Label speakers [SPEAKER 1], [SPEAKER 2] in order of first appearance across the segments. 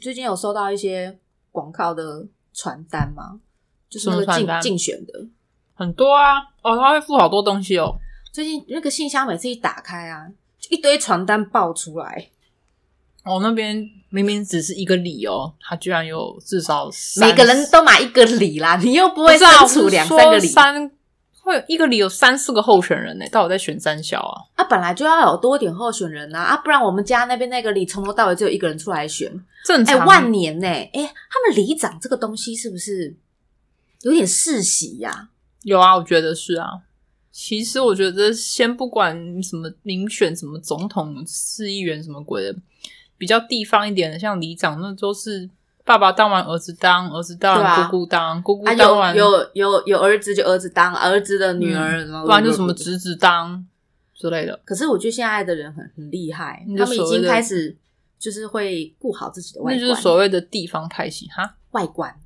[SPEAKER 1] 最近有收到一些广告的传单吗？就是那
[SPEAKER 2] 什么
[SPEAKER 1] 个
[SPEAKER 2] 传
[SPEAKER 1] 竞
[SPEAKER 2] 单
[SPEAKER 1] 竞选的。
[SPEAKER 2] 很多啊，哦，他会附好多东西哦。
[SPEAKER 1] 最近那个信箱每次一打开啊，就一堆传单爆出来，
[SPEAKER 2] 哦，那边明明只是一个理由，他居然有至少三
[SPEAKER 1] 每个人都买一个礼啦，你又不
[SPEAKER 2] 不
[SPEAKER 1] 会
[SPEAKER 2] 是啊
[SPEAKER 1] 身
[SPEAKER 2] 我
[SPEAKER 1] 处
[SPEAKER 2] 是
[SPEAKER 1] 两
[SPEAKER 2] 说
[SPEAKER 1] 三个礼
[SPEAKER 2] 三会有一个理由三四个候选人呢、到底在选三小啊？
[SPEAKER 1] 啊，本来就要有多点候选人啊，啊，不然我们家那边那个里从头到尾只有一个人出来选，
[SPEAKER 2] 正
[SPEAKER 1] 哎、
[SPEAKER 2] 常、啊
[SPEAKER 1] 万年呢、哎、他们里长这个东西是不是有点世袭呀、
[SPEAKER 2] 有啊，我觉得是啊。其实我觉得，先不管什么民选、什么总统、市议员什么鬼的，比较地方一点的，像里长，那都是爸爸当完儿子当，儿子当、
[SPEAKER 1] 对啊
[SPEAKER 2] 姑姑当，姑姑
[SPEAKER 1] 啊，
[SPEAKER 2] 当完，
[SPEAKER 1] 有有有有儿子就儿子当儿子的女儿，然后
[SPEAKER 2] 嗯不然就什么侄子当之类的。
[SPEAKER 1] 可是我觉得现在的人很很厉害
[SPEAKER 2] 那，就
[SPEAKER 1] 他们已
[SPEAKER 2] 所谓
[SPEAKER 1] 经
[SPEAKER 2] 的
[SPEAKER 1] 开始就是会顾好自己的外
[SPEAKER 2] 那
[SPEAKER 1] 观，
[SPEAKER 2] 就是所谓的地方派系哈。
[SPEAKER 1] 外观。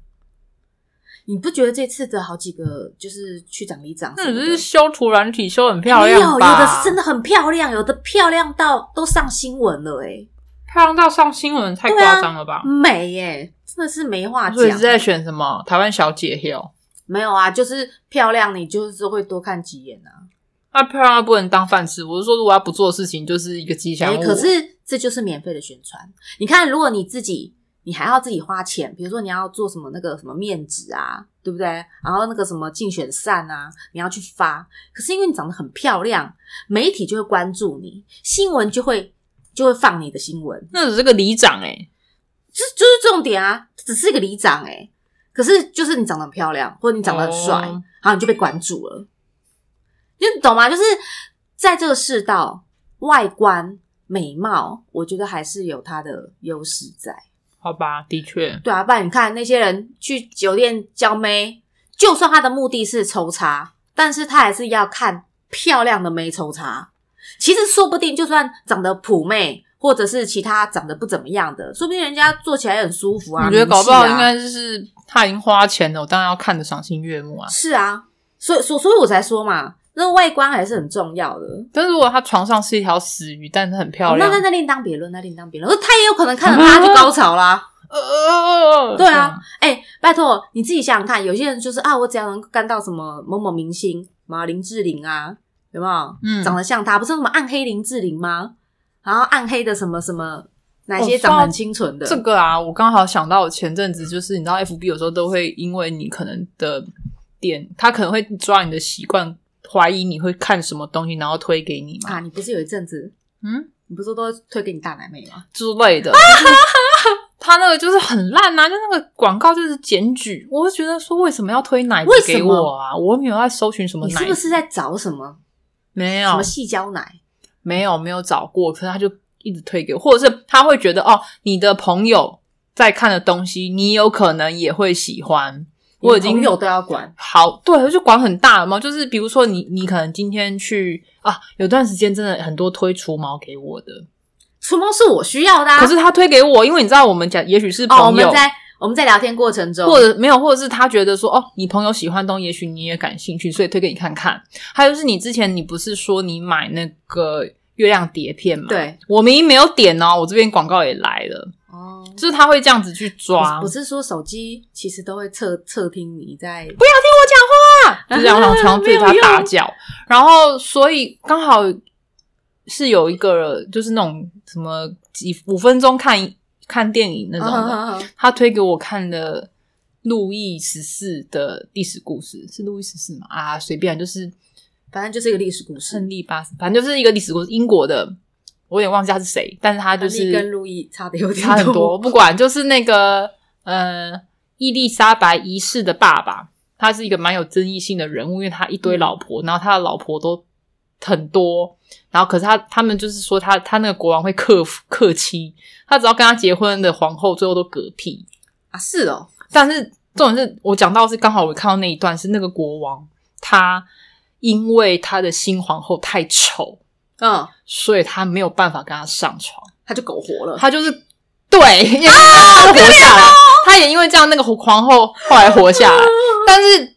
[SPEAKER 1] 你不觉得这次的好几个就是区长、里长什
[SPEAKER 2] 那
[SPEAKER 1] 么的，
[SPEAKER 2] 只是修图软体修很漂
[SPEAKER 1] 没有
[SPEAKER 2] 亮
[SPEAKER 1] 有
[SPEAKER 2] 吧？
[SPEAKER 1] 的是真的很漂亮，有的漂亮到都上新闻了、欸，
[SPEAKER 2] 漂亮到上新闻，太
[SPEAKER 1] 对啊
[SPEAKER 2] 夸张了吧？
[SPEAKER 1] 美耶、真的是没话
[SPEAKER 2] 所以是
[SPEAKER 1] 讲。
[SPEAKER 2] 在选什么台湾小姐 Hill？
[SPEAKER 1] 没有啊，就是漂亮，你就是会多看几眼啊。
[SPEAKER 2] 那漂亮不能当饭吃。我是说，如果他不做的事情，就是一个吉祥
[SPEAKER 1] 哎、
[SPEAKER 2] 物。
[SPEAKER 1] 可是这就是免费的宣传。你看，如果你自己，你还要自己花钱，比如说你要做什么那个什么面纸啊，对不对？然后那个什么竞选扇啊，你要去发。可是因为你长得很漂亮，媒体就会关注你，新闻就会就会放你的新闻，
[SPEAKER 2] 那只是个里长哎、
[SPEAKER 1] 这就是重点啊。只是一个里长哎、可是就是你长得很漂亮，或者你长得很帅，
[SPEAKER 2] 哦
[SPEAKER 1] 然后你就被关注了。你懂吗？就是在这个世道，外观美貌，我觉得还是有它的优势在。
[SPEAKER 2] 好吧，的确，
[SPEAKER 1] 对啊，不然你看那些人去酒店交妹，就算他的目的是抽查，但是他还是要看漂亮的妹抽查。其实说不定，就算长得普妹，或者是其他长得不怎么样的，说不定人家做起来很舒服啊。
[SPEAKER 2] 我觉得
[SPEAKER 1] 明
[SPEAKER 2] 搞不
[SPEAKER 1] 气
[SPEAKER 2] 好
[SPEAKER 1] 啊
[SPEAKER 2] 应该就是他已经花钱了，我当然要看得赏心悦目啊。
[SPEAKER 1] 是啊，所以所所以我才说嘛，那个外观还是很重要的。
[SPEAKER 2] 但是如果他床上是一条死鱼，但是很漂
[SPEAKER 1] 哦那
[SPEAKER 2] 亮，
[SPEAKER 1] 那那另当别论，那另当别论。他也有可能看着 他就高潮啦。
[SPEAKER 2] 呃，
[SPEAKER 1] 对啊，哎、拜托你自己想想看，有些人就是啊，我只要能干到什么某某明星，嘛林志玲啊，有没有？
[SPEAKER 2] 嗯
[SPEAKER 1] 长得像他，不是什么暗黑林志玲吗？然后暗黑的什么什么，哪
[SPEAKER 2] 哦
[SPEAKER 1] 些长得很清纯的？
[SPEAKER 2] 这个啊，我刚好想到，我前阵子就是你知道，FB 有时候都会因为你可能的点，他可能会抓你的习惯，怀疑你会看什么东西，然后推给你嘛，
[SPEAKER 1] 啊，你不是有一阵子，
[SPEAKER 2] 嗯
[SPEAKER 1] 你不是都会推给你大奶妹吗？
[SPEAKER 2] 之 类的。就是他那个就是很烂啊，就那个广告就是检举，我会觉得说为什么要推奶子
[SPEAKER 1] 为什
[SPEAKER 2] 给
[SPEAKER 1] 么
[SPEAKER 2] 我啊？我没有在搜寻什么
[SPEAKER 1] 你
[SPEAKER 2] 奶子，
[SPEAKER 1] 是不是在找什么
[SPEAKER 2] 没
[SPEAKER 1] 什
[SPEAKER 2] 有
[SPEAKER 1] 么细胶奶？
[SPEAKER 2] 没有没有找过？可是他就一直推给我，或者是他会觉得哦，你的朋友在看的东西，你有可能也会喜欢。我已经
[SPEAKER 1] 有都要管。
[SPEAKER 2] 好，对，就管很大了嘛。就是比如说你，你可能今天去啊，有段时间真的很多推除毛给我的，
[SPEAKER 1] 除毛是我需要的、啊，
[SPEAKER 2] 可是他推给我，因为你知道我们讲，也许是
[SPEAKER 1] 哦，我
[SPEAKER 2] 朋友，
[SPEAKER 1] 们在我们在聊天过程中，
[SPEAKER 2] 或者没有，或者是他觉得说，哦，你朋友喜欢的东西，也许你也感兴趣，所以推给你看看。还有就是你之前你不是说你买那个月亮碟片吗？，
[SPEAKER 1] 对
[SPEAKER 2] 我明明没有点哦，我这边广告也来了，
[SPEAKER 1] 哦，
[SPEAKER 2] 就是他会这样子去抓
[SPEAKER 1] 我。是说手机其实都会测测听你在，
[SPEAKER 2] 就这样， 我想对他打脚。然后，所以刚好是有一个，就是那种什么几五分钟看看电影那
[SPEAKER 1] 啊
[SPEAKER 2] 种
[SPEAKER 1] 嗯
[SPEAKER 2] 的，他推给我看的《路易十四》的历史故事，是路易十四吗？啊，随便，就是
[SPEAKER 1] 反正就是一个历史故事。
[SPEAKER 2] 胜利八十，反正就是一个历史故事，英国的，我有点忘记他是谁，但是他就
[SPEAKER 1] 亨利
[SPEAKER 2] 是
[SPEAKER 1] 跟路易差的有点
[SPEAKER 2] 差很多，不管就是那个呃，伊丽莎白一世的爸爸，他是一个蛮有争议性的人物，因为他一堆老婆，然后他的老婆都很多，然后可是他他们就是说他他那个国王会克夫克妻，他只要跟他结婚的皇后最后都嗝屁，
[SPEAKER 1] 啊，是哦，
[SPEAKER 2] 但是重点是我讲到是刚好我看到那一段是那个国王他因为他的新皇后太丑，
[SPEAKER 1] 嗯，
[SPEAKER 2] 所以他没有办法跟他上床。
[SPEAKER 1] 他就苟活了。
[SPEAKER 2] 他就是对，因为他活下来，他也因为这样，那个皇后后来活下来，但是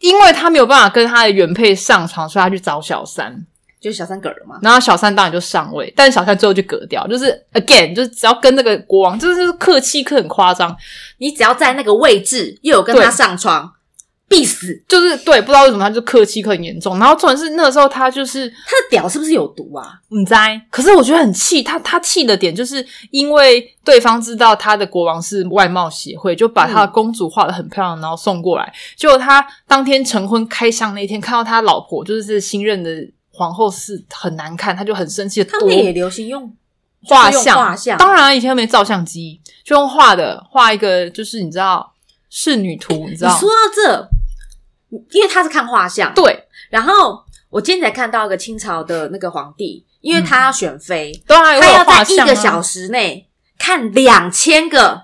[SPEAKER 2] 因为他没有办法跟他的原配上床，所以他去找小三。
[SPEAKER 1] 就是小三嗝了嘛。
[SPEAKER 2] 然后小三当然就上位，但小三最后就革掉，就是 again，就是只要跟那个国王，就是就是客气客很夸张，
[SPEAKER 1] 你只要在那个位置又有跟他
[SPEAKER 2] 对
[SPEAKER 1] 上床，必死。
[SPEAKER 2] 就是对，不知道为什么他就客气客很严重。然后重点是那个时候他就是
[SPEAKER 1] 他的屌是不是有毒啊？
[SPEAKER 2] 嗯在，可是我觉得很气，他他气的点就是因为对方知道他的国王是外貌协会，就把他的公主画的很漂亮，然后送过来。结果他当天成婚开箱那天，看到他老婆就是新任的皇后是很难看，他就很生气的
[SPEAKER 1] 他
[SPEAKER 2] 夺
[SPEAKER 1] 们也流行用
[SPEAKER 2] 画
[SPEAKER 1] 就是用
[SPEAKER 2] 像，
[SPEAKER 1] 画像
[SPEAKER 2] 当然以啊前没照相机，就用画的画一个，就是你知道仕女图，你知
[SPEAKER 1] 你
[SPEAKER 2] 道
[SPEAKER 1] 说到这，因为他是看画像，
[SPEAKER 2] 对
[SPEAKER 1] 然后我今天才看到一个清朝的那个皇帝，因为他要选妃，
[SPEAKER 2] 当然
[SPEAKER 1] 他
[SPEAKER 2] 嗯有
[SPEAKER 1] 要
[SPEAKER 2] 画
[SPEAKER 1] 在一
[SPEAKER 2] 像、啊，
[SPEAKER 1] 个小时内看两千个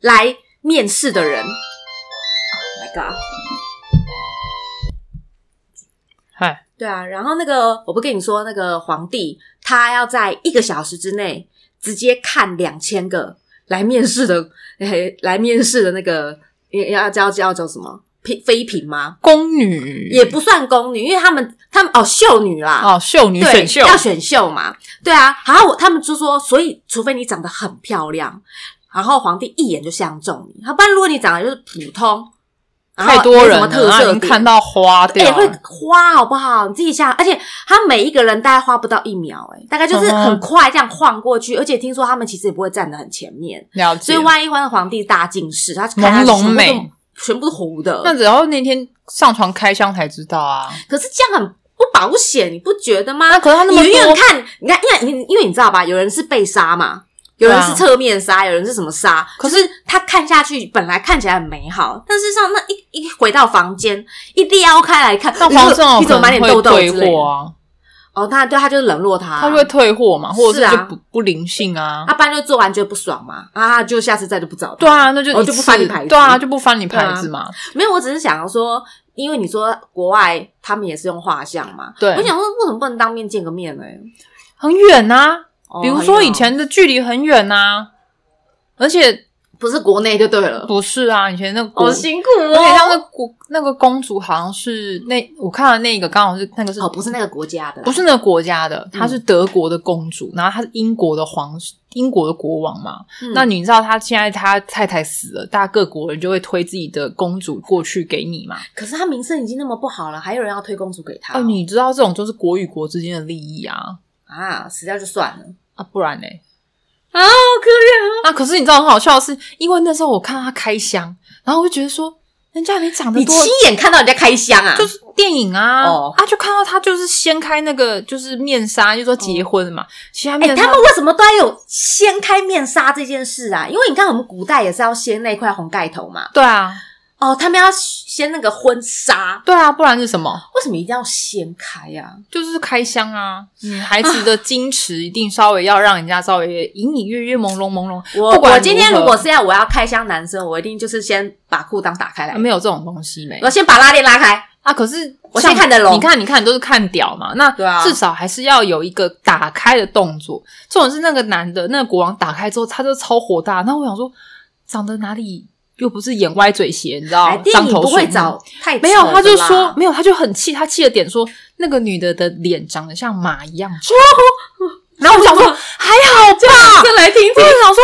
[SPEAKER 1] 来面试的人。Oh my god！
[SPEAKER 2] 嗨，
[SPEAKER 1] 对啊，然后那个我不跟你说，那个皇帝他要在一个小时之内直接看两千个来面试的，诶来面试的那个要要叫叫叫什么嫔妃嫔吗？
[SPEAKER 2] 宫女
[SPEAKER 1] 也不算宫女，因为他们他们哦秀女啦，
[SPEAKER 2] 哦，秀女
[SPEAKER 1] 对，
[SPEAKER 2] 选秀
[SPEAKER 1] 要选秀嘛？对啊，然后我他们就说，所以除非你长得很漂亮，然后皇帝一眼就相中你，他不然如果你长得就是普通，然后
[SPEAKER 2] 太多
[SPEAKER 1] 啊没
[SPEAKER 2] 人
[SPEAKER 1] 什么
[SPEAKER 2] 了，
[SPEAKER 1] 特
[SPEAKER 2] 然后
[SPEAKER 1] 色
[SPEAKER 2] 已经
[SPEAKER 1] 点
[SPEAKER 2] 看。到花
[SPEAKER 1] 哎、
[SPEAKER 2] 掉了，
[SPEAKER 1] 会花好不好？你自己想，而且他每一个人大概花不到一秒、哎，大概就是很
[SPEAKER 2] 嗯哼
[SPEAKER 1] 快这样晃过去。而且听说他们其实也不会站得很前面，
[SPEAKER 2] 了解。
[SPEAKER 1] 所以万一换到皇帝大近视，他看他全
[SPEAKER 2] 朦胧
[SPEAKER 1] 部都
[SPEAKER 2] 美，
[SPEAKER 1] 全部都糊的。
[SPEAKER 2] 那只要那天上床开箱才知道 啊，
[SPEAKER 1] 可是这样很不保险，你不觉得吗？
[SPEAKER 2] 那可是他那
[SPEAKER 1] 你
[SPEAKER 2] 么
[SPEAKER 1] 远远
[SPEAKER 2] 多，
[SPEAKER 1] 看，你看，因为你因为你知道吧，有人是被杀嘛，有人
[SPEAKER 2] 啊
[SPEAKER 1] 是侧面杀，有人是什么杀。可是他看下去，本来看起来很美好，但事实上那一一回到房间，一撩开来看，
[SPEAKER 2] 那
[SPEAKER 1] 你
[SPEAKER 2] 黄圣
[SPEAKER 1] 怎么
[SPEAKER 2] 依
[SPEAKER 1] 你怎么满脸
[SPEAKER 2] 会
[SPEAKER 1] 痘痘
[SPEAKER 2] 退
[SPEAKER 1] 之类的
[SPEAKER 2] 货？啊，
[SPEAKER 1] 哦，他对他就是冷落他，
[SPEAKER 2] 他就会退货嘛，或
[SPEAKER 1] 是
[SPEAKER 2] 者是
[SPEAKER 1] 啊
[SPEAKER 2] 就不不灵性啊
[SPEAKER 1] 他。班就做完觉得不爽嘛，啊，就下次再就不找他。
[SPEAKER 2] 对啊，那就
[SPEAKER 1] 哦
[SPEAKER 2] 一
[SPEAKER 1] 就不
[SPEAKER 2] 次
[SPEAKER 1] 翻你牌子
[SPEAKER 2] 对啊，就不翻你牌
[SPEAKER 1] 对啊
[SPEAKER 2] 子嘛。
[SPEAKER 1] 没有，我只是想要说，因为你说国外他们也是用画像嘛，
[SPEAKER 2] 对
[SPEAKER 1] 啊我想说为什么不能当面见个面呢？
[SPEAKER 2] 很远啊，
[SPEAKER 1] 哦
[SPEAKER 2] 比如
[SPEAKER 1] 很
[SPEAKER 2] 说
[SPEAKER 1] 远
[SPEAKER 2] 以
[SPEAKER 1] 哦
[SPEAKER 2] 前的距离很远呐、而且
[SPEAKER 1] 不是国内就对了，
[SPEAKER 2] 不是啊，以前那个国，
[SPEAKER 1] 好
[SPEAKER 2] 而且
[SPEAKER 1] 辛苦哦，
[SPEAKER 2] 像那国那个公主好像是那我看了那个刚好是那个是
[SPEAKER 1] 哦，不是那个国家的啦，
[SPEAKER 2] 不是那个国家的，她
[SPEAKER 1] 嗯
[SPEAKER 2] 是德国的公主，然后她是英国的皇英国的国王嘛。
[SPEAKER 1] 嗯
[SPEAKER 2] 那你知道她现在她太太死了，大家各国人就会推自己的公主过去给你嘛？
[SPEAKER 1] 可是他名声已经那么不好了，还有人要推公主给他
[SPEAKER 2] 哦，你知道这种就是国与国之间的利益啊
[SPEAKER 1] 啊，死掉就算了
[SPEAKER 2] 啊，不然呢？
[SPEAKER 1] 啊，好可怜哦
[SPEAKER 2] 那、可是你知道很好笑的是，因为那时候我看到她开箱，然后我就觉得说，人家还没长得
[SPEAKER 1] 你
[SPEAKER 2] 多
[SPEAKER 1] 亲眼看到人家开箱啊？
[SPEAKER 2] 就是电影啊，
[SPEAKER 1] 哦
[SPEAKER 2] 啊，就看到他就是掀开那个就是面纱，就说结婚嘛，其他
[SPEAKER 1] 哦哎、
[SPEAKER 2] 面纱、
[SPEAKER 1] 他们为什么都要有掀开面纱这件事啊？因为你看我们古代也是要掀那块红盖头嘛，
[SPEAKER 2] 对啊，
[SPEAKER 1] 哦，他们要掀那个婚纱，
[SPEAKER 2] 对啊，不然是什么？
[SPEAKER 1] 为什么一定要掀开呀、
[SPEAKER 2] 就是开箱啊，女孩子的矜持一定稍微要让人家稍微隐隐约约、朦胧朦胧。
[SPEAKER 1] 我
[SPEAKER 2] 不管
[SPEAKER 1] 我今天
[SPEAKER 2] 如
[SPEAKER 1] 如
[SPEAKER 2] 何
[SPEAKER 1] 果是要我要开箱男生，我一定就是先把裤裆打开来，
[SPEAKER 2] 啊没有这种东西没
[SPEAKER 1] 我先把拉链拉开，
[SPEAKER 2] 啊，可是
[SPEAKER 1] 我先
[SPEAKER 2] 像
[SPEAKER 1] 看得拢
[SPEAKER 2] 你看，你看，你都是看屌嘛，那
[SPEAKER 1] 对啊
[SPEAKER 2] 至少还是要有一个打开的动作。这种是那个男的，那个国王打开之后，他就超火大。那我想说，长得哪里又不是眼歪嘴斜，你知道
[SPEAKER 1] 哎，
[SPEAKER 2] 吗？
[SPEAKER 1] 电
[SPEAKER 2] 张
[SPEAKER 1] 影
[SPEAKER 2] 头
[SPEAKER 1] 不会
[SPEAKER 2] 鼠目
[SPEAKER 1] 找太
[SPEAKER 2] 没有，
[SPEAKER 1] 丑
[SPEAKER 2] 他就
[SPEAKER 1] 的啦
[SPEAKER 2] 说没有，他就很气，他气的点说那个女的的脸长得像马一样 丑。然后我想说还好吧，
[SPEAKER 1] 再来听 听
[SPEAKER 2] 我就想说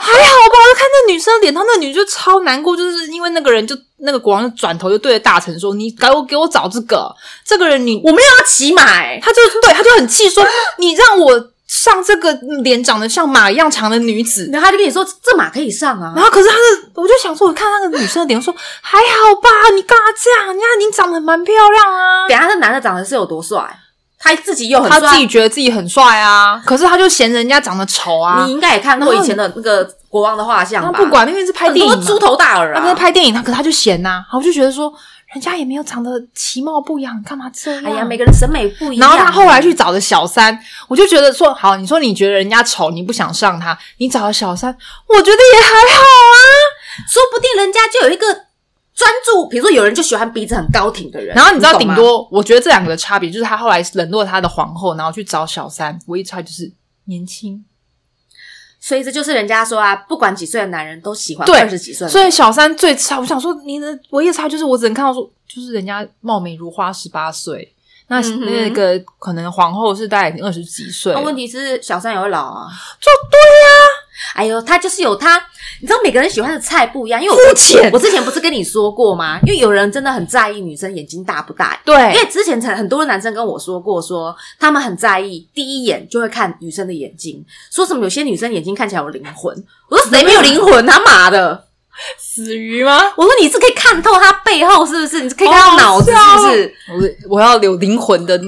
[SPEAKER 2] 还好吧，我就看那女生的脸，她那女就超难过，就是因为那个人就那个国王就转头就对着大臣说：“你给我给我找这个，这个人你
[SPEAKER 1] 我们要骑马哎、
[SPEAKER 2] 他就对他就很气 说你让我上这个脸长得像马一样长的女子。”
[SPEAKER 1] 然后他就跟你说这马可以上啊，
[SPEAKER 2] 然后可是他的，我就想说，我看那个女生的脸，我说还好吧，你干嘛这样？人家你长得蛮漂亮啊
[SPEAKER 1] 等。一下这男的长得是有多帅，他自己又很
[SPEAKER 2] 他
[SPEAKER 1] 帅，
[SPEAKER 2] 自己觉得自己很帅啊，可是他就嫌人家长得丑啊
[SPEAKER 1] 你。应该也看过以前的那个国王的画像
[SPEAKER 2] 他
[SPEAKER 1] 吧？
[SPEAKER 2] 不管，因为是拍
[SPEAKER 1] 很
[SPEAKER 2] 电
[SPEAKER 1] 多
[SPEAKER 2] 影嘛
[SPEAKER 1] 猪，头大耳
[SPEAKER 2] 他
[SPEAKER 1] 啊，
[SPEAKER 2] 不是拍电影，他可他就嫌呐、然后我就觉得说，人家也没有长得其貌不扬，干嘛这样？
[SPEAKER 1] 哎呀，每个人啊审美不一
[SPEAKER 2] 然
[SPEAKER 1] 样。
[SPEAKER 2] 后他后来去找的小三，我就觉得说，好，你说你觉得人家丑，你不想上他，你找的小三，我觉得也还好啊。
[SPEAKER 1] 说不定人家就有一个专注，比如说有人就喜欢鼻子很高挺的人，
[SPEAKER 2] 然后你知道，
[SPEAKER 1] 懂
[SPEAKER 2] 顶
[SPEAKER 1] 吗
[SPEAKER 2] 多我觉得这两个的差别就是，他后来冷落他的皇后，然后去找小三，唯一差别就是年轻。
[SPEAKER 1] 所以这就是人家说啊，不管几岁的男人都喜欢
[SPEAKER 2] 对
[SPEAKER 1] 二十几岁的
[SPEAKER 2] 所
[SPEAKER 1] 人。
[SPEAKER 2] 以小三最差，我想说你的唯一的差就是我只能看到说，就是人家貌美如花十八岁，那
[SPEAKER 1] 嗯哼
[SPEAKER 2] 那个可能皇后是大概已经二十几岁了，
[SPEAKER 1] 那啊问题是小三也会老啊。
[SPEAKER 2] 就对
[SPEAKER 1] 哎呦，他就是有他，你知道每个人喜欢的菜不一样，因为我
[SPEAKER 2] 肤浅
[SPEAKER 1] 我之前不是跟你说过吗？因为有人真的很在意女生眼睛大不大，因
[SPEAKER 2] 对
[SPEAKER 1] 为之前才很多男生跟我说过说他们很在意第一眼就会看女生的眼睛，说什么有些女生眼睛看起来有灵魂。我说谁没有灵魂？他妈的！
[SPEAKER 2] 死鱼吗？
[SPEAKER 1] 我说你是可以看透他背后是不是？你是可以看到脑子
[SPEAKER 2] 好好
[SPEAKER 1] 是
[SPEAKER 2] 笑
[SPEAKER 1] 不
[SPEAKER 2] 哦
[SPEAKER 1] 是？
[SPEAKER 2] 我我要有灵魂的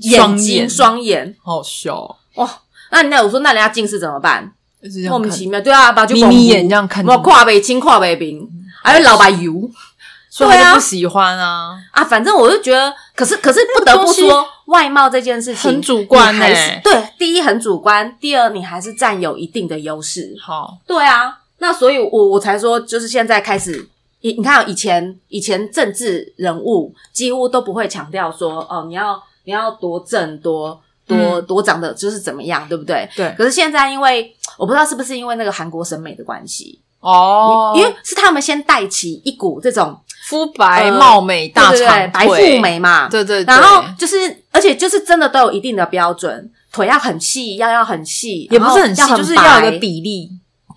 [SPEAKER 1] 眼
[SPEAKER 2] 双
[SPEAKER 1] 睛
[SPEAKER 2] 眼，
[SPEAKER 1] 双眼
[SPEAKER 2] 好笑哦，
[SPEAKER 1] 哇！那你那我说那人家近视怎么办？
[SPEAKER 2] 就是这样
[SPEAKER 1] 莫名
[SPEAKER 2] 看
[SPEAKER 1] 其妙，对啊，把就
[SPEAKER 2] 眯眯眼这样看
[SPEAKER 1] 我跨北青跨北平，还会老白油。
[SPEAKER 2] 所以他
[SPEAKER 1] 对啊
[SPEAKER 2] 就不喜欢啊，
[SPEAKER 1] 啊，反正我就觉得，可是可是不得不
[SPEAKER 2] 那个
[SPEAKER 1] 说，外貌这件事情
[SPEAKER 2] 很主观
[SPEAKER 1] 你还是
[SPEAKER 2] 欸
[SPEAKER 1] 对，第一很主观，第二你还是占有一定的优势。
[SPEAKER 2] 好，
[SPEAKER 1] 对啊，那所以我我才说，就是现在开始，你你看哦以前以前政治人物几乎都不会强调说哦，你要你要多正多多
[SPEAKER 2] 嗯
[SPEAKER 1] 多长得就是怎么样，对不对？
[SPEAKER 2] 对
[SPEAKER 1] 可是现在因为我不知道是不是因为那个韩国审美的关系，
[SPEAKER 2] 哦，
[SPEAKER 1] 因为呃是他们先带起一股这种
[SPEAKER 2] 肤白
[SPEAKER 1] 呃
[SPEAKER 2] 貌美大
[SPEAKER 1] 对对对
[SPEAKER 2] 长
[SPEAKER 1] 白
[SPEAKER 2] 腿
[SPEAKER 1] 富，美嘛，
[SPEAKER 2] 对对，对
[SPEAKER 1] 然后就是，而且就是真的都有一定的标准，腿要很细，腰要很细，
[SPEAKER 2] 也不是很
[SPEAKER 1] 然后
[SPEAKER 2] 细，
[SPEAKER 1] 要
[SPEAKER 2] 就是要有
[SPEAKER 1] 白
[SPEAKER 2] 个，比例。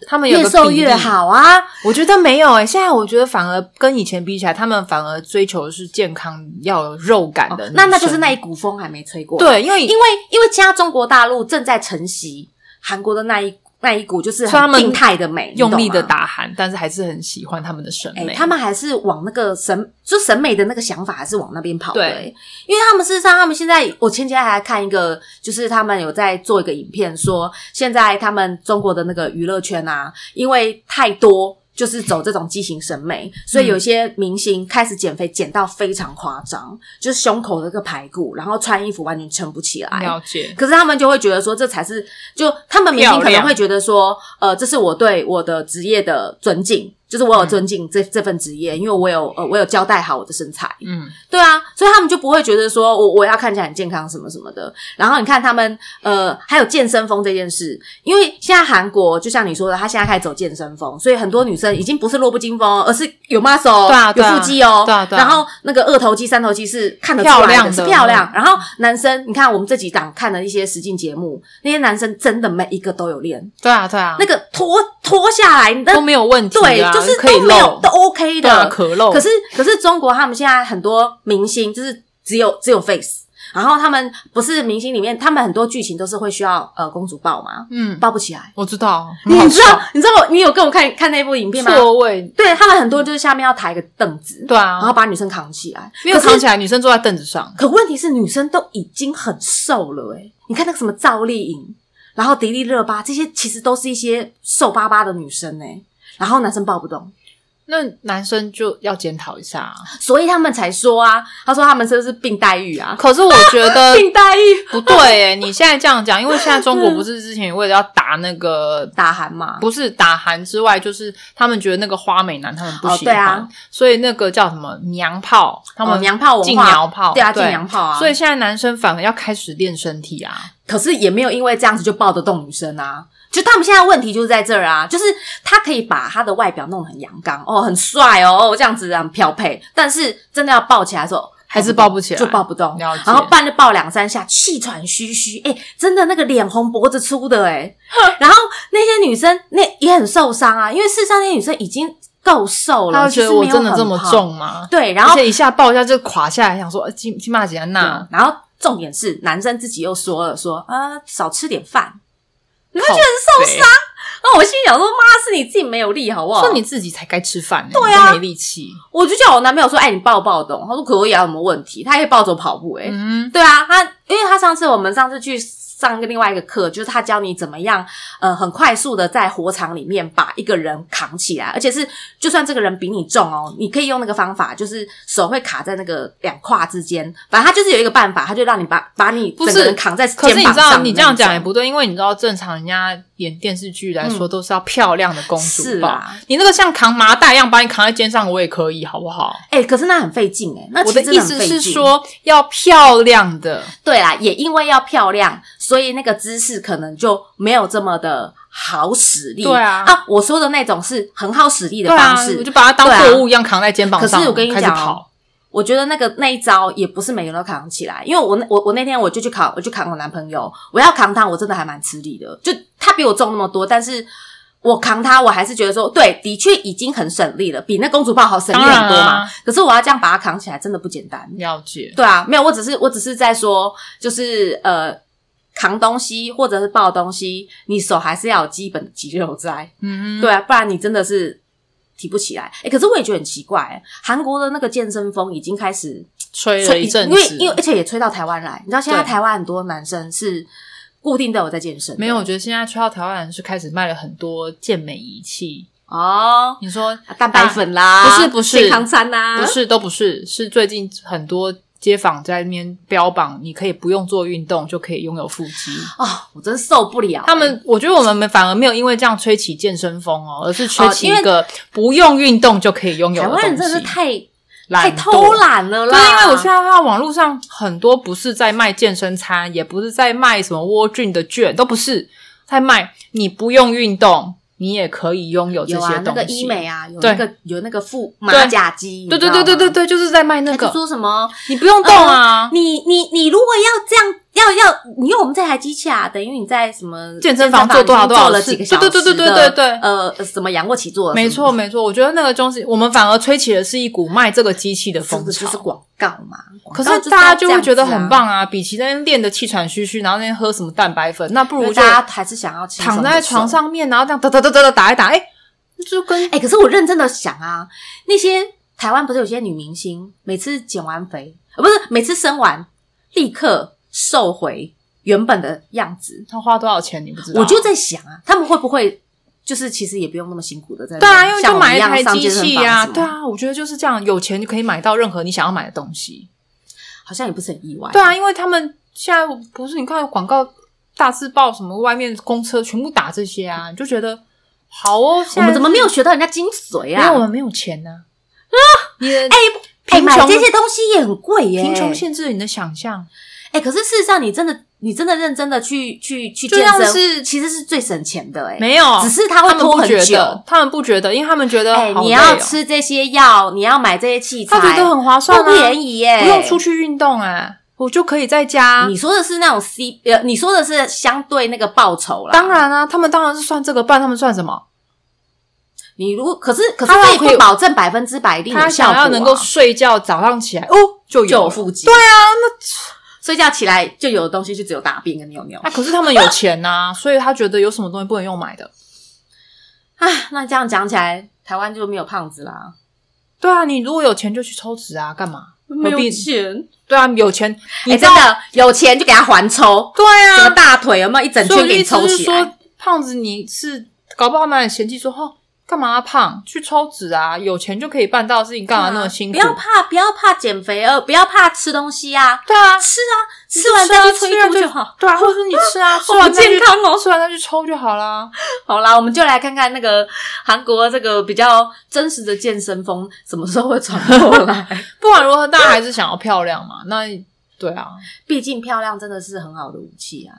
[SPEAKER 2] 他们有个
[SPEAKER 1] 越瘦
[SPEAKER 2] 比
[SPEAKER 1] 越
[SPEAKER 2] 例，
[SPEAKER 1] 好啊。
[SPEAKER 2] 我觉得没有诶、现在我觉得反而跟以前比起来，他们反而追求的是健康，要有肉感的、
[SPEAKER 1] 哦那那就是那一股风还没吹过，，
[SPEAKER 2] 对，因为
[SPEAKER 1] 因为因为现在中国大陆正在承袭韩国的那一那一股，就是
[SPEAKER 2] 所以他
[SPEAKER 1] 很
[SPEAKER 2] 们
[SPEAKER 1] 病态的美，你懂
[SPEAKER 2] 用力的
[SPEAKER 1] 吗。
[SPEAKER 2] 打鼾，但是还是很喜欢他们的审
[SPEAKER 1] 哎、
[SPEAKER 2] 美。
[SPEAKER 1] 他们还是往那个审，就审美的那个想法还是往那边跑的、
[SPEAKER 2] 对
[SPEAKER 1] 哎因为他们事实上，他们现在我前几天还看一个，就是他们有在做一个影片说现在他们中国的那个娱乐圈啊，因为太多。就是走这种畸形审美，所以
[SPEAKER 2] 嗯
[SPEAKER 1] 有些明星开始减肥，减到非常夸张，就是胸口的那个排骨，然后穿衣服完全撑不起来，
[SPEAKER 2] 了解，
[SPEAKER 1] 可是他们就会觉得说，这才是就他们明星可
[SPEAKER 2] 漂
[SPEAKER 1] 能
[SPEAKER 2] 亮嗯
[SPEAKER 1] 会觉得说，呃，这是我对我的职业的尊敬，就是我有尊敬这、这份职业，因为我有呃我有交代好我的身材，
[SPEAKER 2] 嗯，
[SPEAKER 1] 对啊，所以他们就不会觉得说我我要看起来很健康什么什么的。然后你看他们呃还有健身风这件事，因为现在韩国就像你说的，他现在开始走健身风，所以很多女生已经不是弱不禁风哦，而是有 muscle，哦
[SPEAKER 2] 对啊对啊
[SPEAKER 1] 有腹肌哦，
[SPEAKER 2] 对啊对啊
[SPEAKER 1] 然后那个二头肌、三头肌是看得出来
[SPEAKER 2] 漂亮的啊
[SPEAKER 1] 是漂亮。然后男生，你看我们这几档看的一些实境节目，那些男生真的每一个都有练，
[SPEAKER 2] 对啊，对啊，
[SPEAKER 1] 那个脱脱下来，那
[SPEAKER 2] 都没有问题啊，
[SPEAKER 1] 对，就是
[SPEAKER 2] 可以
[SPEAKER 1] 都没有
[SPEAKER 2] 露
[SPEAKER 1] 都 OK
[SPEAKER 2] 对啊
[SPEAKER 1] 的，
[SPEAKER 2] 可露，
[SPEAKER 1] 可是可是中国他们现在很多明星就是只有只有 face，然后他们不是明星里面，他们很多剧情都是会需要呃公主抱嘛，
[SPEAKER 2] 嗯，
[SPEAKER 1] 抱不起来。
[SPEAKER 2] 我知道，很好
[SPEAKER 1] 你知道
[SPEAKER 2] 笑
[SPEAKER 1] 你知道你有跟我看看那部影片吗？
[SPEAKER 2] 错位，
[SPEAKER 1] 对他们很多就是下面要抬一个凳子，
[SPEAKER 2] 对啊
[SPEAKER 1] 然，后把女生扛起来，
[SPEAKER 2] 没有
[SPEAKER 1] 可是
[SPEAKER 2] 藏起来，女生坐在凳 子上，
[SPEAKER 1] 可问题是，女生都已经很瘦了、欸，你看那个什么赵丽颖，然后迪丽热巴，这些其实都是一些瘦巴巴的女生哎、然后男生抱不动。
[SPEAKER 2] 那男生就要检讨 一下啊。
[SPEAKER 1] 所以他们才说啊，他说他们是不是病待遇啊？
[SPEAKER 2] 可是我觉 得
[SPEAKER 1] 病待遇
[SPEAKER 2] 不对诶，你现在这样讲，因为现在中国不是之前为了要打那个。
[SPEAKER 1] 打韩嘛？
[SPEAKER 2] 不是打韩之外，就是他们觉得那个花美男他们不
[SPEAKER 1] 哦
[SPEAKER 2] 喜
[SPEAKER 1] 对
[SPEAKER 2] 欢，
[SPEAKER 1] 啊
[SPEAKER 2] 所以那个叫什么娘炮，他们、
[SPEAKER 1] 哦娘炮文化，
[SPEAKER 2] 禁娘炮
[SPEAKER 1] 对啊，
[SPEAKER 2] 对
[SPEAKER 1] 禁娘炮啊。
[SPEAKER 2] 所以现在男生反而要开始练身体啊，
[SPEAKER 1] 可是也没有因为这样子就抱得动女生啊。就他们现在问题就是在这儿啊，就是他可以把他的外表弄得很阳刚哦，很帅哦，哦这样子很漂配，但是真的要抱起来的时候。
[SPEAKER 2] 还是抱不起来
[SPEAKER 1] 就抱不动，
[SPEAKER 2] 了解
[SPEAKER 1] 然后半就抱两三下，气喘吁吁，哎、真的那个脸红脖子粗的哎、然后那些女生那也很受伤啊，因为事实上那些女生已经够瘦了，
[SPEAKER 2] 他会觉
[SPEAKER 1] 其
[SPEAKER 2] 得
[SPEAKER 1] 实
[SPEAKER 2] 我
[SPEAKER 1] 没有
[SPEAKER 2] 真的
[SPEAKER 1] 很
[SPEAKER 2] 这么
[SPEAKER 1] 胖，
[SPEAKER 2] 重吗？
[SPEAKER 1] 对，然
[SPEAKER 2] 而
[SPEAKER 1] 后
[SPEAKER 2] 且一下抱一下就垮下来，想说呃金金马姐那
[SPEAKER 1] 嗯然后重点是男生自己又说了说啊、少吃点饭，
[SPEAKER 2] 你会觉得受伤，
[SPEAKER 1] 那我心里想说妈是你自己没有力好不好？
[SPEAKER 2] 说你自己才该吃饭呢，
[SPEAKER 1] 对啊
[SPEAKER 2] 你都没力气，
[SPEAKER 1] 我就叫我男朋友说，哎、你抱抱动，他说可以啊，有什么问题？他也抱着跑步、欸，哎、
[SPEAKER 2] 嗯，
[SPEAKER 1] 对啊，他因为他上次我们上次去上一个另外一个课，就是他教你怎么样，呃，很快速的在火场里面把一个人扛起来，而且是就算这个人比你重哦，你可以用那个方法，就是手会卡在那个两胯之间，反正他就是有一个办法，他就让你把把你
[SPEAKER 2] 不
[SPEAKER 1] 整个
[SPEAKER 2] 是
[SPEAKER 1] 人扛在
[SPEAKER 2] 可
[SPEAKER 1] 肩
[SPEAKER 2] 是你
[SPEAKER 1] 膀
[SPEAKER 2] 知道
[SPEAKER 1] 上，
[SPEAKER 2] 你这样讲也。不对，因为你知道正常人家演电视剧来说都是要漂亮的公
[SPEAKER 1] 是
[SPEAKER 2] 主抱
[SPEAKER 1] 啦，
[SPEAKER 2] 你那个像扛麻袋一样把你扛在肩上，我也可以，好不好？
[SPEAKER 1] 哎、可是那很费劲哎，那
[SPEAKER 2] 我
[SPEAKER 1] 其实
[SPEAKER 2] 的
[SPEAKER 1] 真
[SPEAKER 2] 意
[SPEAKER 1] 很
[SPEAKER 2] 思
[SPEAKER 1] 费
[SPEAKER 2] 是
[SPEAKER 1] 劲，
[SPEAKER 2] 说要漂亮的，
[SPEAKER 1] 对啦，也因为要漂亮，所以那个姿势可能就没有这么的好使力。
[SPEAKER 2] 对啊
[SPEAKER 1] 啊，我说的那种是很好使力的
[SPEAKER 2] 对啊
[SPEAKER 1] 方式，，
[SPEAKER 2] 我就把它当
[SPEAKER 1] 对啊
[SPEAKER 2] 货物一样扛在肩膀
[SPEAKER 1] 可
[SPEAKER 2] 上，
[SPEAKER 1] 是我跟你
[SPEAKER 2] 开始
[SPEAKER 1] 讲哦
[SPEAKER 2] 跑，
[SPEAKER 1] 我觉得那个那一招也不是每个人都扛起来，因为我那我我那天我就去扛，我去扛我男朋友，我要扛他，我真的还蛮吃力的。就他比我重那么多，但是我扛他，我还是觉得说，对，的确已经很省力了，比那公主抱好省力很多
[SPEAKER 2] 当然
[SPEAKER 1] 嘛。
[SPEAKER 2] 啊
[SPEAKER 1] 可是我要这样把它扛起来，真的不简单。
[SPEAKER 2] 了解，
[SPEAKER 1] 对啊，没有，我只是我只是在说，就是呃，扛东西或者是抱东西，你手还是要有基本的肌肉在。
[SPEAKER 2] 嗯哼，
[SPEAKER 1] 对啊，不然你真的是提不起来。哎、可是我也觉得很奇怪、诶韩国的那个健身风已经开始
[SPEAKER 2] 吹了一阵
[SPEAKER 1] 因为
[SPEAKER 2] 子，
[SPEAKER 1] 因为而且也吹到台湾来。你知道现在
[SPEAKER 2] 对
[SPEAKER 1] 台湾很多男生是固定都有在健身的，
[SPEAKER 2] 没有，我觉得现在吹到台湾人是开始卖了很多健美仪器。
[SPEAKER 1] 哦，
[SPEAKER 2] 你说
[SPEAKER 1] 蛋白粉啦，
[SPEAKER 2] 啊不是不是
[SPEAKER 1] 啊健康餐啊啦、
[SPEAKER 2] 不是，都不是，是最近很多街坊在那边标榜，你可以不用做运动就可以拥有腹肌。
[SPEAKER 1] 哦，我真受不了、
[SPEAKER 2] 他们，我觉得我们没反而没有因为这样吹起健身风哦，而是吹起
[SPEAKER 1] 哦因为
[SPEAKER 2] 一个不用运动就可以拥有
[SPEAKER 1] 台
[SPEAKER 2] 的
[SPEAKER 1] 湾
[SPEAKER 2] 东西。
[SPEAKER 1] 人真的是太
[SPEAKER 2] 懒
[SPEAKER 1] 太
[SPEAKER 2] 惰
[SPEAKER 1] 偷懒了
[SPEAKER 2] 对，啊
[SPEAKER 1] 啦。
[SPEAKER 2] 因为我现在看到网络上很多不是在卖健身餐，也不是在卖什么窝菌的券，都不是在卖你不用运动，你也可以拥有这些
[SPEAKER 1] 有
[SPEAKER 2] 东西。
[SPEAKER 1] 啊，那个医美啊，有那个有那个腹马甲肌，你知
[SPEAKER 2] 对对
[SPEAKER 1] 道
[SPEAKER 2] 对
[SPEAKER 1] 吗
[SPEAKER 2] 对对，对，就是在卖那
[SPEAKER 1] 他就
[SPEAKER 2] 个，
[SPEAKER 1] 说嗯什么
[SPEAKER 2] 你不用动啊，
[SPEAKER 1] 你你你如果要这样，要要你用我们这台机器啊，等于你在什么
[SPEAKER 2] 健身房做多少
[SPEAKER 1] 健身
[SPEAKER 2] 多少
[SPEAKER 1] 房已
[SPEAKER 2] 次
[SPEAKER 1] 经做了几个小时的，
[SPEAKER 2] 对对对对对对
[SPEAKER 1] 呃，什么仰卧起坐，
[SPEAKER 2] 没错
[SPEAKER 1] 什么
[SPEAKER 2] 没错，我觉得那个东西，我们反而吹起的是一股卖这个机器的
[SPEAKER 1] 的，这
[SPEAKER 2] 风
[SPEAKER 1] 个就是
[SPEAKER 2] 潮。
[SPEAKER 1] 广告嘛。
[SPEAKER 2] 可
[SPEAKER 1] 广告
[SPEAKER 2] 是大家
[SPEAKER 1] 就
[SPEAKER 2] 就是
[SPEAKER 1] 要
[SPEAKER 2] 会觉得
[SPEAKER 1] 这样子啊
[SPEAKER 2] 很，棒啊，比起那边练的气喘吁吁，然后那边喝什么蛋白粉，那不
[SPEAKER 1] 因
[SPEAKER 2] 如
[SPEAKER 1] 为
[SPEAKER 2] 就
[SPEAKER 1] 大家还是想要轻松
[SPEAKER 2] 躺
[SPEAKER 1] 地
[SPEAKER 2] 在床上面，然后这样哒哒哒哒哒打一打，哎，那就跟
[SPEAKER 1] 哎、可是我认真的想啊，那些台湾不是有些女明星，每次减完肥，呃，不是每次生完立刻瘦回原本的样子，
[SPEAKER 2] 他花多少钱你不知道？
[SPEAKER 1] 我就在想啊，他们会不会就是其实也不用那么辛苦的在那
[SPEAKER 2] 对啊，因为
[SPEAKER 1] 呃像
[SPEAKER 2] 就
[SPEAKER 1] 我们
[SPEAKER 2] 买
[SPEAKER 1] 一
[SPEAKER 2] 一
[SPEAKER 1] 样
[SPEAKER 2] 台
[SPEAKER 1] 上
[SPEAKER 2] 机
[SPEAKER 1] 健身
[SPEAKER 2] 器
[SPEAKER 1] 房
[SPEAKER 2] 啊，
[SPEAKER 1] 什么
[SPEAKER 2] 对啊，我觉得就是这样，有钱就可以买到任何你想要买的东西。
[SPEAKER 1] 好像也不是很意外。
[SPEAKER 2] 对啊，因为他们现在不是你看广告大字报什么外面公车全部打这些啊，你就觉得好哦，
[SPEAKER 1] 我
[SPEAKER 2] 现在
[SPEAKER 1] 们怎么没有学到人家精髓
[SPEAKER 2] 因为我
[SPEAKER 1] 啊？
[SPEAKER 2] 们没有钱呢、啊。你的
[SPEAKER 1] 哎、
[SPEAKER 2] 贫
[SPEAKER 1] 买
[SPEAKER 2] 穷
[SPEAKER 1] 这些东西也很贵耶、
[SPEAKER 2] 贫穷限制了你的想象，
[SPEAKER 1] 哎、可是事实上，你真的你真的认真的去去去
[SPEAKER 2] 就
[SPEAKER 1] 健
[SPEAKER 2] 像
[SPEAKER 1] 身，
[SPEAKER 2] 是
[SPEAKER 1] 其实是最省钱的哎、
[SPEAKER 2] 没有，
[SPEAKER 1] 只是它会
[SPEAKER 2] 他们
[SPEAKER 1] 拖
[SPEAKER 2] 不
[SPEAKER 1] 很
[SPEAKER 2] 觉
[SPEAKER 1] 久
[SPEAKER 2] 得，。他们不觉得，因为他们觉得
[SPEAKER 1] 哎、
[SPEAKER 2] 好
[SPEAKER 1] 你
[SPEAKER 2] 累
[SPEAKER 1] 要
[SPEAKER 2] 哦，
[SPEAKER 1] 吃这些药，你要买这些器材，
[SPEAKER 2] 他觉得很划算
[SPEAKER 1] 不
[SPEAKER 2] 啊，
[SPEAKER 1] 便宜耶、
[SPEAKER 2] 不用出去啊运动啊，我就可以在家。
[SPEAKER 1] 你说的是那种 C 呃，你说的是相对那个报酬啦。
[SPEAKER 2] 当，然啊，他们当然是算这个，不然他们算什么？
[SPEAKER 1] 你如果可是可是
[SPEAKER 2] 他要
[SPEAKER 1] 这也
[SPEAKER 2] 可以
[SPEAKER 1] 不保证百分之百一定有
[SPEAKER 2] 他
[SPEAKER 1] 效
[SPEAKER 2] 想要
[SPEAKER 1] 果
[SPEAKER 2] 能
[SPEAKER 1] 啊
[SPEAKER 2] 够睡觉，早上起来哦就
[SPEAKER 1] 就
[SPEAKER 2] 有
[SPEAKER 1] 有
[SPEAKER 2] 了。
[SPEAKER 1] 腹肌。对啊，那 睡觉起来就有的东西就只有大便跟尿尿
[SPEAKER 2] 那、。哦可是他们有钱呐、所以他觉得有什么东西不能用买的。
[SPEAKER 1] 啊，那这样讲起来，台湾就没有胖子啦，
[SPEAKER 2] 对啊，你如果有钱就去抽脂啊，干嘛？
[SPEAKER 1] 没
[SPEAKER 2] 有
[SPEAKER 1] 钱。
[SPEAKER 2] 对啊，有钱
[SPEAKER 1] 哎、
[SPEAKER 2] 你知
[SPEAKER 1] 真
[SPEAKER 2] 道？
[SPEAKER 1] 的有钱就给他还抽，
[SPEAKER 2] 对
[SPEAKER 1] 整
[SPEAKER 2] 啊
[SPEAKER 1] 个，大腿有没有一整
[SPEAKER 2] 所以
[SPEAKER 1] 圈
[SPEAKER 2] 我的
[SPEAKER 1] 给
[SPEAKER 2] 意
[SPEAKER 1] 你抽
[SPEAKER 2] 思是
[SPEAKER 1] 起来？
[SPEAKER 2] 说，胖子你是搞不好他们很嫌弃说，哦，干嘛胖？去抽脂啊，有钱就可以办到的事情，干嘛那么辛苦？
[SPEAKER 1] 啊不要怕，不要怕减肥呃，不要怕吃东西啊，
[SPEAKER 2] 对啊，
[SPEAKER 1] 吃啊，吃完再去催吐就好。
[SPEAKER 2] 对啊，或者说你吃 啊，吃
[SPEAKER 1] 好
[SPEAKER 2] 完
[SPEAKER 1] 不
[SPEAKER 2] 再去
[SPEAKER 1] 健康哦！
[SPEAKER 2] 吃完再去抽就好啦。
[SPEAKER 1] 好啦，我们就来看看那个韩国这个比较真实的健身风什么时候会传过来。
[SPEAKER 2] 不管如何，大家还是想要漂亮嘛。那对啊，
[SPEAKER 1] 毕竟漂亮真的是很好的武器啊！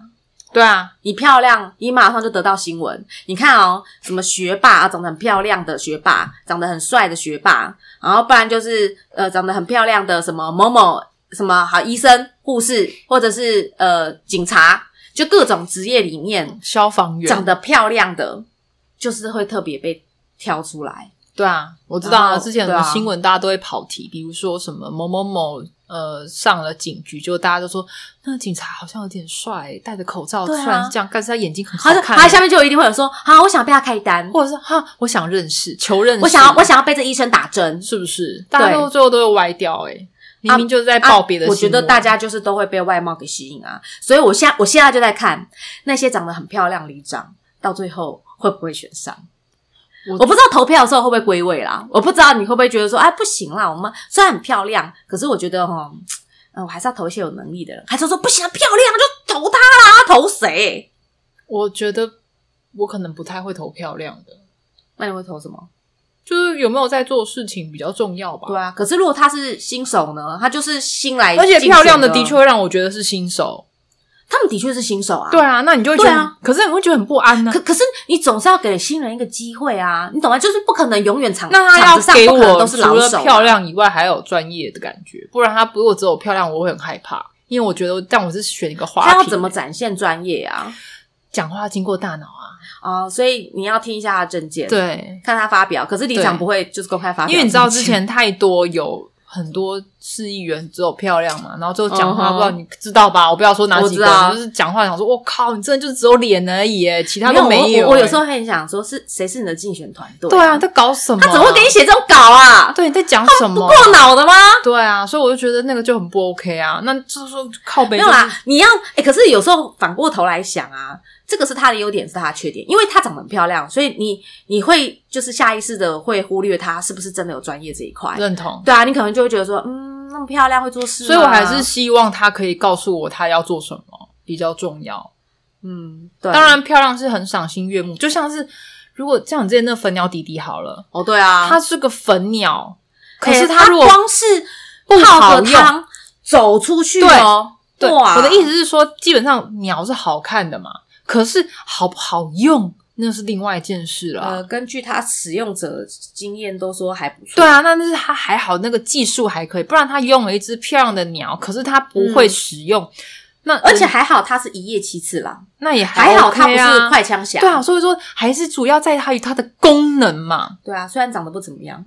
[SPEAKER 2] 对啊，
[SPEAKER 1] 你漂亮，你马上就得到新闻。你看哦，什么学霸啊，长得很漂亮的学霸，长得很帅的学霸，然后不然就是呃，长得很漂亮的什么某某什么好医生、护士，或者是呃警察，就各种职业里面
[SPEAKER 2] 消防员
[SPEAKER 1] 长得漂亮的，就是会特别被挑出来。
[SPEAKER 2] 对啊，我知道
[SPEAKER 1] 然
[SPEAKER 2] 啊。
[SPEAKER 1] 后
[SPEAKER 2] 之前
[SPEAKER 1] 对
[SPEAKER 2] 的
[SPEAKER 1] 啊
[SPEAKER 2] 新闻大家都会跑题，比如说什么某某某呃上了警局，就大家都说那个警察好像有点帅，戴着口罩
[SPEAKER 1] 对啊
[SPEAKER 2] 虽然是这样，但是他眼睛很好
[SPEAKER 1] 他
[SPEAKER 2] 看。啊
[SPEAKER 1] 他下面就一定会有说，好，我想被他开单，
[SPEAKER 2] 或者是哈，我想认识，求认识，
[SPEAKER 1] 我想要我想要被这医生打针。
[SPEAKER 2] 是不是？大家都最后都会歪掉哎、欸明明就是在
[SPEAKER 1] 啊
[SPEAKER 2] 报别的
[SPEAKER 1] 我
[SPEAKER 2] 新
[SPEAKER 1] 觉
[SPEAKER 2] 闻、
[SPEAKER 1] 得大家就是都会被外貌给吸引啊，所以我现在我现在就在看那些长得很漂亮里长，到最后会不会选上？
[SPEAKER 2] 我
[SPEAKER 1] 我不知道投票的时候会不会归位啦，我不知道你会不会觉得说，哎，不行啦，我们虽然很漂亮，可是我觉得哈，呃，我还是要投一些有能力的人。还是说不行啊，漂亮就投他啦，投谁？
[SPEAKER 2] 我觉得我可能不太会投漂亮的，
[SPEAKER 1] 那你会投什么？
[SPEAKER 2] 就是有没有在做事情比较重要吧。
[SPEAKER 1] 对啊，可是如果他是新手呢，他就是新来，
[SPEAKER 2] 啊而且漂亮的的确，会让我觉得是新手，
[SPEAKER 1] 他们的确是新手啊，
[SPEAKER 2] 对啊，那你就会觉得，
[SPEAKER 1] 对啊
[SPEAKER 2] 可是你会觉得很不安呢、
[SPEAKER 1] 可可是你总是要给新人一个机会啊，你懂吗？就是不可能永远场
[SPEAKER 2] 那他
[SPEAKER 1] 场
[SPEAKER 2] 要
[SPEAKER 1] 子上
[SPEAKER 2] 给
[SPEAKER 1] 不可能
[SPEAKER 2] 我
[SPEAKER 1] 都是
[SPEAKER 2] 除
[SPEAKER 1] 老
[SPEAKER 2] 了
[SPEAKER 1] 手啊，
[SPEAKER 2] 漂亮以外，还有专业的感觉，不然他如果只有漂亮，我会很害怕，因为我觉得，但我是选一个花
[SPEAKER 1] 他要
[SPEAKER 2] 瓶
[SPEAKER 1] 怎么展现专业啊？
[SPEAKER 2] 讲话经过大脑啊？
[SPEAKER 1] 啊、所以你要听一下他的证件，，
[SPEAKER 2] 对，
[SPEAKER 1] 看他发表。可是李
[SPEAKER 2] 对
[SPEAKER 1] 长不会就是公开发表，
[SPEAKER 2] 因为你知道之 前太多有。很多市议员只有漂亮嘛，然后就讲
[SPEAKER 1] 嗯
[SPEAKER 2] 话，
[SPEAKER 1] 哼
[SPEAKER 2] 不知道你知道吧？我不要说哪几
[SPEAKER 1] 我知
[SPEAKER 2] 个
[SPEAKER 1] 道，
[SPEAKER 2] 就是讲话想说，我靠，你真的就只有脸而已耶，其他
[SPEAKER 1] 没有
[SPEAKER 2] 都没
[SPEAKER 1] 我我我有
[SPEAKER 2] 耶
[SPEAKER 1] 时候很想说是，谁是你的竞选团队、
[SPEAKER 2] 对啊，，在搞什么？
[SPEAKER 1] 他怎么会给你？写这种稿啊？
[SPEAKER 2] 对，你在讲什
[SPEAKER 1] 不
[SPEAKER 2] 么？
[SPEAKER 1] 过脑的吗？
[SPEAKER 2] 对啊，所以我就觉得那个就很不 OK 啊。那就是说靠北、
[SPEAKER 1] 没
[SPEAKER 2] 就
[SPEAKER 1] 有
[SPEAKER 2] 是，
[SPEAKER 1] 啦，你要哎、可是有时候反过头来想啊，这个是她的优点，是她的缺点，因为她长得很漂亮，所以你你会就是下意识的会忽略她是不是真的有专业这一块。
[SPEAKER 2] 认同。
[SPEAKER 1] 对啊，你可能就会觉得说，嗯，那么漂亮会做事吗，
[SPEAKER 2] 所以我还是希望他可以告诉我他要做什么比较重要。
[SPEAKER 1] 嗯，对，
[SPEAKER 2] 当然，漂亮是很赏心悦目，就像是如果像你之前那粉鸟弟弟好了，
[SPEAKER 1] 哦，对啊，
[SPEAKER 2] 他是个粉鸟，可
[SPEAKER 1] 哎
[SPEAKER 2] 是
[SPEAKER 1] 他
[SPEAKER 2] 如果、
[SPEAKER 1] 光是
[SPEAKER 2] 不好
[SPEAKER 1] 泡个
[SPEAKER 2] 用
[SPEAKER 1] 汤走出去哦，
[SPEAKER 2] 对
[SPEAKER 1] 哇，
[SPEAKER 2] 我的意思是说，基本上鸟是好看的嘛，可是好不好用那是另外一件事了啊、
[SPEAKER 1] 呃，根据他使用者经验都说还不错。
[SPEAKER 2] 对，啊，那但是他还好，那个技术还可以，不然他用了一只漂亮的鸟，可是他不会使用，那
[SPEAKER 1] 嗯而且还好他是一夜七次郎，
[SPEAKER 2] 那也
[SPEAKER 1] 还好
[SPEAKER 2] OK
[SPEAKER 1] 他不是
[SPEAKER 2] 啊
[SPEAKER 1] 快枪侠。
[SPEAKER 2] 对啊，所以说还是主要在它于它的功能 嘛。
[SPEAKER 1] 对啊，虽然长得不怎么样，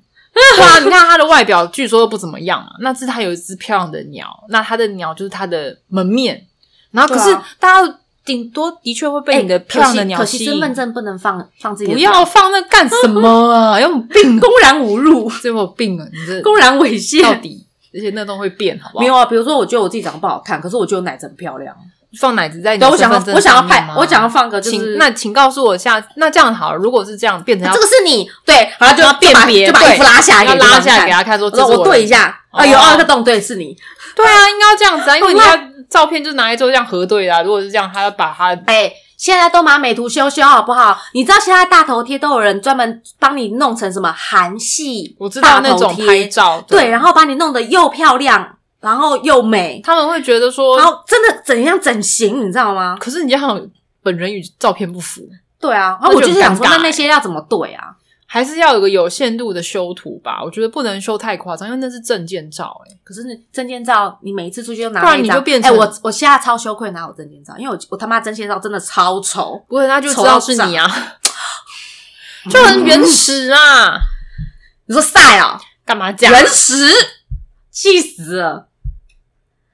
[SPEAKER 2] 对啊，你看它的外表据说不怎么样嘛，那是它有一只漂亮的鸟，那它的鸟就是它的门面，然后可
[SPEAKER 1] 对啊
[SPEAKER 2] 是大家顶多的确会被你的
[SPEAKER 1] 哎
[SPEAKER 2] 漂亮的鸟
[SPEAKER 1] 可
[SPEAKER 2] 吸
[SPEAKER 1] 惜可惜
[SPEAKER 2] 引
[SPEAKER 1] 身。份证不能放放自己的
[SPEAKER 2] 不
[SPEAKER 1] 照片，
[SPEAKER 2] 要放那干什么啊？ 有病！
[SPEAKER 1] 公然侮 辱、
[SPEAKER 2] 这有病啊！你 这
[SPEAKER 1] 公然猥
[SPEAKER 2] 到
[SPEAKER 1] 亵。
[SPEAKER 2] 底，而且那都会变，好不好？
[SPEAKER 1] 哦没有啊，比如说，我觉得我自己长得不好看，可是我觉得我奶子很漂亮。
[SPEAKER 2] 放奶子在你
[SPEAKER 1] 对，
[SPEAKER 2] 的
[SPEAKER 1] 我想
[SPEAKER 2] 身
[SPEAKER 1] 要
[SPEAKER 2] 份，证
[SPEAKER 1] 我想要
[SPEAKER 2] 上面
[SPEAKER 1] 拍
[SPEAKER 2] 吗，
[SPEAKER 1] 我想要放个就
[SPEAKER 2] 请
[SPEAKER 1] 是，啊
[SPEAKER 2] 那请告诉我下，那这样好了，如果是这样变成要
[SPEAKER 1] 这个是你对，然后就
[SPEAKER 2] 要
[SPEAKER 1] 就把
[SPEAKER 2] 辨别，
[SPEAKER 1] 就把
[SPEAKER 2] 对
[SPEAKER 1] 衣服拉下来，
[SPEAKER 2] 要
[SPEAKER 1] 给对
[SPEAKER 2] 拉
[SPEAKER 1] 方
[SPEAKER 2] 下来
[SPEAKER 1] 看
[SPEAKER 2] 给他看，说
[SPEAKER 1] 我
[SPEAKER 2] 这
[SPEAKER 1] 说
[SPEAKER 2] 是
[SPEAKER 1] 我
[SPEAKER 2] 的
[SPEAKER 1] 对一。下，啊有
[SPEAKER 2] 哦
[SPEAKER 1] 啊，那个洞对是你，
[SPEAKER 2] 对啊，应该要这样子啊，因为你
[SPEAKER 1] 好
[SPEAKER 2] 要照片就是拿来做这样核对的啊。如果是这样，他要把他
[SPEAKER 1] 哎，现在都把美图修修好不好？你知道现在大头贴都有人专门帮你弄成什么韩系，
[SPEAKER 2] 我知道那种拍
[SPEAKER 1] 贴，
[SPEAKER 2] 照的，
[SPEAKER 1] 对，然后把你弄得又漂亮，然后又美，
[SPEAKER 2] 他们会觉得说
[SPEAKER 1] 然，后真的怎样整形，你知道吗？
[SPEAKER 2] 可是你这样本人与照片不符，
[SPEAKER 1] 对啊，然
[SPEAKER 2] 那
[SPEAKER 1] 后
[SPEAKER 2] 就
[SPEAKER 1] 我就是想说，
[SPEAKER 2] 很尴尬
[SPEAKER 1] 那那些要怎么对啊？
[SPEAKER 2] 还是要有个有限度的修图吧。我觉得不能修太夸张，因为那是证件照，哎，
[SPEAKER 1] 可是证件照，你每一次出去就拿
[SPEAKER 2] 不然
[SPEAKER 1] 那一
[SPEAKER 2] 你就
[SPEAKER 1] 张
[SPEAKER 2] 变
[SPEAKER 1] 哎、
[SPEAKER 2] 成
[SPEAKER 1] 我我现在超羞愧拿我证件照，因为我我他妈证件照真的超丑，
[SPEAKER 2] 不然他就知道是你啊， 就很原始啊，
[SPEAKER 1] 你说晒啊、
[SPEAKER 2] 干嘛这样？
[SPEAKER 1] 原始，气死了！